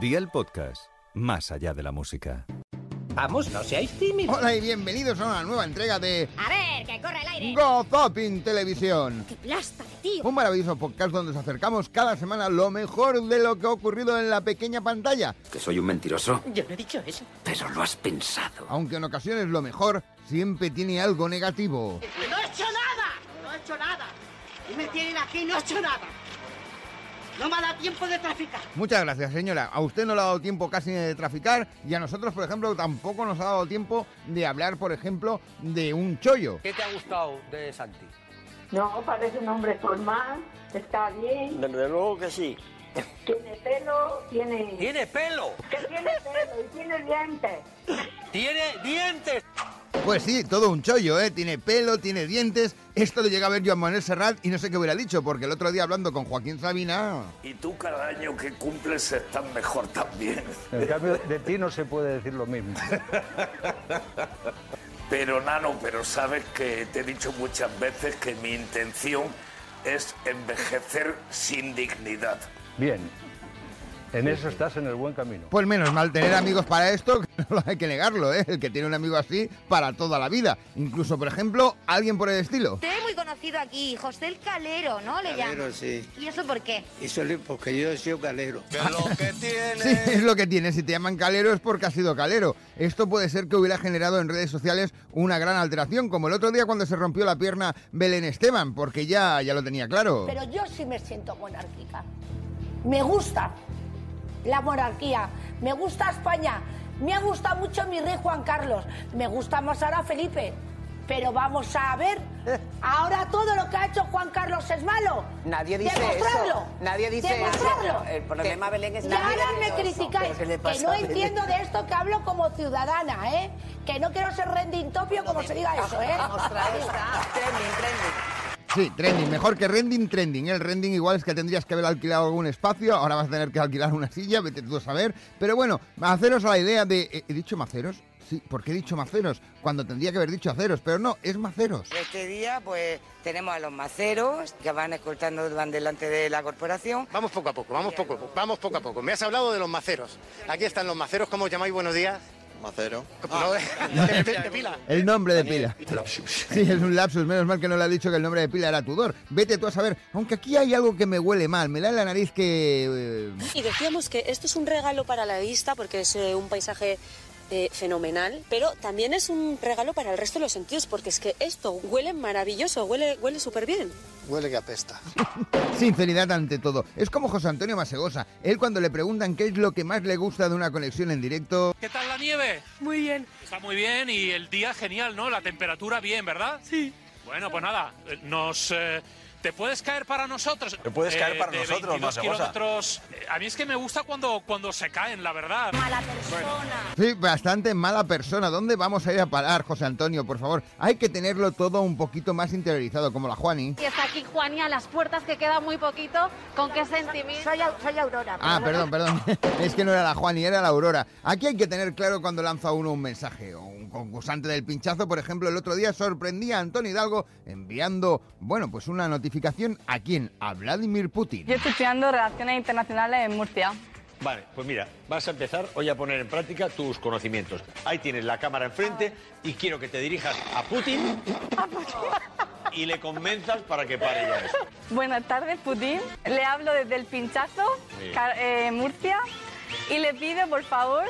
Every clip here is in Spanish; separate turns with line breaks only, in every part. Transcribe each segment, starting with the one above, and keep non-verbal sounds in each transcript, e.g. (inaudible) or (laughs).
Día el podcast, más allá de la música.
Vamos, no seáis tímidos.
Hola y bienvenidos a una nueva entrega de
A ver, que corre el aire.
Gozopin Televisión.
¡Qué plasta, tío!
Un maravilloso podcast donde nos acercamos cada semana a lo mejor de lo que ha ocurrido en la pequeña pantalla.
¿Que soy un mentiroso?
Yo no he dicho eso.
Pero lo has pensado.
Aunque en ocasiones lo mejor siempre tiene algo negativo.
¡No he hecho nada! ¡No he hecho nada! Y me tienen aquí y no he hecho nada. No me ha dado tiempo de traficar.
Muchas gracias, señora. A usted no le ha dado tiempo casi ni de traficar y a nosotros, por ejemplo, tampoco nos ha dado tiempo de hablar, por ejemplo, de un chollo.
¿Qué te ha gustado de Santi?
No, parece un hombre formal, está bien,
Desde luego que sí.
tiene pelo, tiene...
¡Tiene pelo!
Que tiene pelo y tiene dientes.
¡Tiene dientes!
Pues sí, todo un chollo, ¿eh? Tiene pelo, tiene dientes. Esto lo llega a ver yo a Manuel Serrat y no sé qué hubiera dicho, porque el otro día hablando con Joaquín Sabina...
Y tú cada año que cumples estás mejor también.
En cambio, de ti no se puede decir lo mismo.
Pero Nano, pero sabes que te he dicho muchas veces que mi intención es envejecer sin dignidad.
Bien. En eso estás en el buen camino.
Pues menos mal tener amigos para esto, (laughs) que no lo hay que negarlo, ¿eh? El que tiene un amigo así para toda la vida. Incluso, por ejemplo, alguien por el estilo.
Usted es muy conocido aquí, José el Calero, ¿no? Le llaman.
sí.
¿Y eso por qué?
Eso es porque yo soy un galero.
Sí, es lo que tiene. Si te llaman calero es porque has sido calero. Esto puede ser que hubiera generado en redes sociales una gran alteración, como el otro día cuando se rompió la pierna Belén Esteban, porque ya, ya lo tenía claro.
Pero yo sí me siento monárquica. Me gusta la monarquía, me gusta España, me gusta mucho mi rey Juan Carlos, me gusta más ahora Felipe. Pero vamos a ver,
(laughs)
ahora todo lo que ha hecho Juan Carlos es malo.
Nadie dice
Demostrarlo.
eso. Nadie dice
Demostrarlo.
eso. El problema, Belén, es
Y
nadie
ahora
dice
me
eso.
criticáis,
¿Pero qué le
que
pasa
no
a Belén?
entiendo de esto, que hablo como ciudadana, ¿eh? Que no quiero ser rendintopio como se diga eso, ¿eh?
Ahí está. Trending, trending.
Sí, trending. Mejor que rending, trending. El rending igual es que tendrías que haber alquilado algún espacio, ahora vas a tener que alquilar una silla, vete tú a saber. Pero bueno, haceros a la idea de... eh, ¿he- ¿He dicho maceros? Sí, ¿por qué he dicho maceros? Cuando tendría que haber dicho aceros, pero no, es maceros.
Este día, pues tenemos a los maceros que van escoltando, van delante de la corporación.
Vamos poco a poco, vamos poco a poco, vamos poco a poco. Me has hablado de los maceros. Aquí están los maceros, ¿cómo os llamáis? Buenos días.
Macero.
No,
Ah. (laughs)
(laughs) de- de- de pila.
El nombre de pila. Sí, es un lapsus. Menos mal que no le ha dicho que el nombre de pila era Tudor. Vete tú a saber. Aunque aquí hay algo que me huele mal. Me da en la nariz que... eh,
Y decíamos que esto es un regalo para la vista porque es eh, un paisaje eh, fenomenal, pero también es un regalo para el resto de los sentidos porque es que esto huele maravilloso, huele, huele súper bien.
Huele
(laughs)
que apesta.
Sinceridad ante todo. Es como José Antonio Masegosa. Él cuando le preguntan qué es lo que más le gusta de una conexión en directo...
¿Qué tal la nieve? Muy bien. Está muy bien y el día genial, ¿no? La temperatura bien, ¿verdad? Sí. Bueno, pues nada, eh, nos... eh, ¿Te puedes caer para nosotros? Te puedes
Eh,
caer para nosotros, 22 Eh, kilómetros. Eh, A mí es que me gusta cuando, cuando se caen, la verdad.
Mala persona.
Sí, bastante mala persona. ¿Dónde vamos a ir a parar, José Antonio? Por favor, hay que tenerlo todo un poquito más interiorizado, como la Juani.
Y está aquí Juani a las puertas, que queda muy poquito. ¿Con qué sentimiento?
Soy, Au- soy Aurora.
Ah, perdón, perdón. (laughs) Es que no era la Juani, era la Aurora. Aquí hay que tener claro cuando lanza uno un mensaje. Un concursante del pinchazo, por ejemplo, el otro día sorprendía a Antonio Hidalgo enviando, bueno, pues una notificación a quién? A Vladimir Putin.
estoy estudiando Relaciones Internacionales en Murcia.
Vale, pues mira, vas a empezar hoy a poner en práctica tus conocimientos. Ahí tienes la cámara enfrente y quiero que te dirijas (laughs) a Putin y le convenzas para que pare ya eso.
Buenas tardes, Putin. Le hablo desde el pinchazo,
bien.
Ca- eh, Murcia, y le pido, por favor,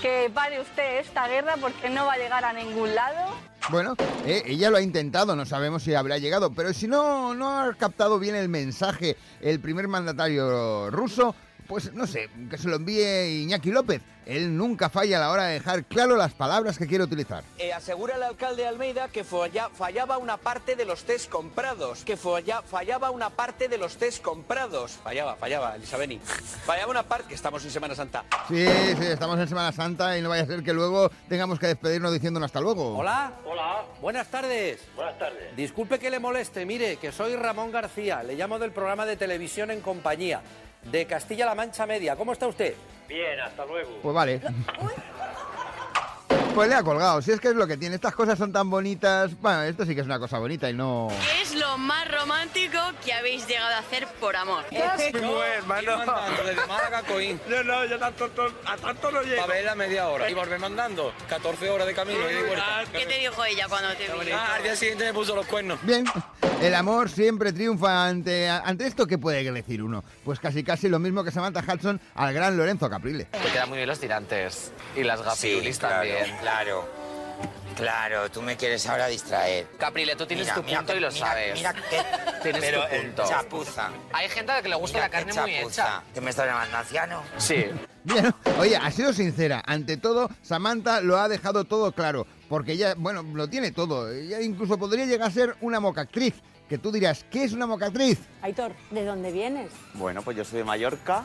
que pare usted esta guerra porque no va a llegar a ningún lado.
Bueno, eh, ella lo ha intentado, no sabemos si habrá llegado, pero si no, no ha captado bien el mensaje el primer mandatario ruso, pues no sé, que se lo envíe Iñaki López. Él nunca falla a la hora de dejar claro las palabras que quiere utilizar.
Eh, asegura el alcalde de Almeida que folla- fallaba una parte de los test comprados. Que folla- fallaba una parte de los test comprados. Fallaba, fallaba, Elisabeni. Fallaba una parte. Que estamos en Semana Santa.
Sí, sí, estamos en Semana Santa y no vaya a ser que luego tengamos que despedirnos diciendo un hasta luego.
Hola. Hola. Buenas tardes. Buenas tardes. Disculpe que le moleste. Mire, que soy Ramón García. Le llamo del programa de televisión en compañía de Castilla-La Mancha Media. ¿Cómo está usted?
Pues vale. Pues le ha colgado. Si es que es lo que tiene. Estas cosas son tan bonitas. Bueno, esto sí que es una cosa bonita y no.
¿Qué es lo más romántico que habéis llegado a hacer por amor?
Mi mujer, hermano. desde Málaga a Coín. No, no, yo tanto, a tanto no llego. A verla media hora. Y volver mandando 14 horas de camino y de vuelta.
¿Qué te dijo ella cuando te vio?
Ah, al día siguiente me puso los cuernos.
Bien, el amor siempre triunfa ante, ante esto. ¿Qué puede decir uno? Pues casi casi lo mismo que Samantha Hudson al gran Lorenzo Caprile.
Te quedan muy bien los tirantes y las gafiulis
claro,
también.
Claro. Claro, tú me quieres ahora distraer.
Caprile, tú tienes
Mira,
tu
mira
punto
que-
y lo
mira-
sabes.
mira
tienes
Pero
tu
el
punto.
chapuza.
Hay gente a la que le gusta
Mira
la carne
qué
muy
chapuza.
hecha.
¿Qué me estás llamando anciano?
Sí.
Bien, oye, ha sido sincera. Ante todo, Samantha lo ha dejado todo claro. Porque ella, bueno, lo tiene todo. Ella incluso podría llegar a ser una mocatriz. Que tú dirás, ¿qué es una mocatriz?
Aitor, ¿de dónde vienes?
Bueno, pues yo soy de Mallorca.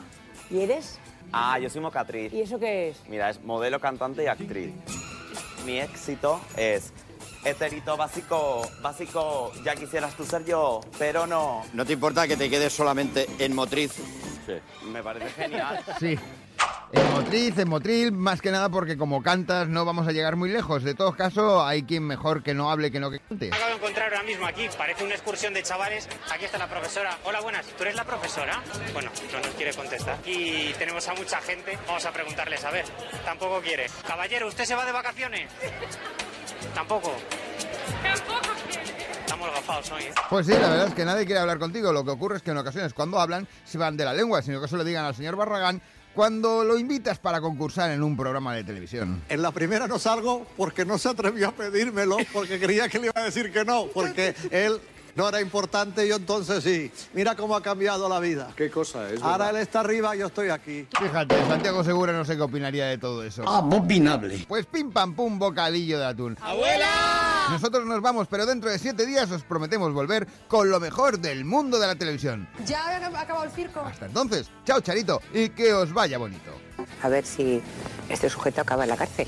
¿Y eres?
Ah, yo soy mocatriz.
¿Y eso qué es?
Mira, es modelo, cantante y actriz. Mi éxito es eterito básico, básico, ya quisieras tú ser yo, pero no.
¿No te importa que te quedes solamente en motriz?
Me parece genial.
Sí. En motriz, en motril, más que nada porque como cantas no vamos a llegar muy lejos. De todos casos, hay quien mejor que no hable que no que cante.
Acabo de encontrar ahora mismo aquí, parece una excursión de chavales. Aquí está la profesora. Hola, buenas. ¿Tú eres la profesora? Bueno, no nos quiere contestar. Y tenemos a mucha gente. Vamos a preguntarles, a ver. Tampoco quiere. Caballero, ¿usted se va de vacaciones? Tampoco. Tampoco Estamos gafados hoy, ¿eh?
Pues sí, la verdad es que nadie quiere hablar contigo. Lo que ocurre es que en ocasiones cuando hablan se van de la lengua, sino que se lo digan al señor Barragán cuando lo invitas para concursar en un programa de televisión.
En la primera no salgo porque no se atrevió a pedírmelo, porque creía que le iba a decir que no, porque él no era importante, yo entonces sí. Mira cómo ha cambiado la vida.
¿Qué cosa es?
Ahora él está arriba, yo estoy aquí.
Fíjate, Santiago Segura no sé qué opinaría de todo eso.
Abominable.
Pues pim pam pum, bocadillo de atún.
¡Abuela!
Nosotros nos vamos, pero dentro de siete días os prometemos volver con lo mejor del mundo de la televisión.
Ya ha acabado el circo.
Hasta entonces, chao Charito y que os vaya bonito.
A ver si este sujeto acaba en la cárcel.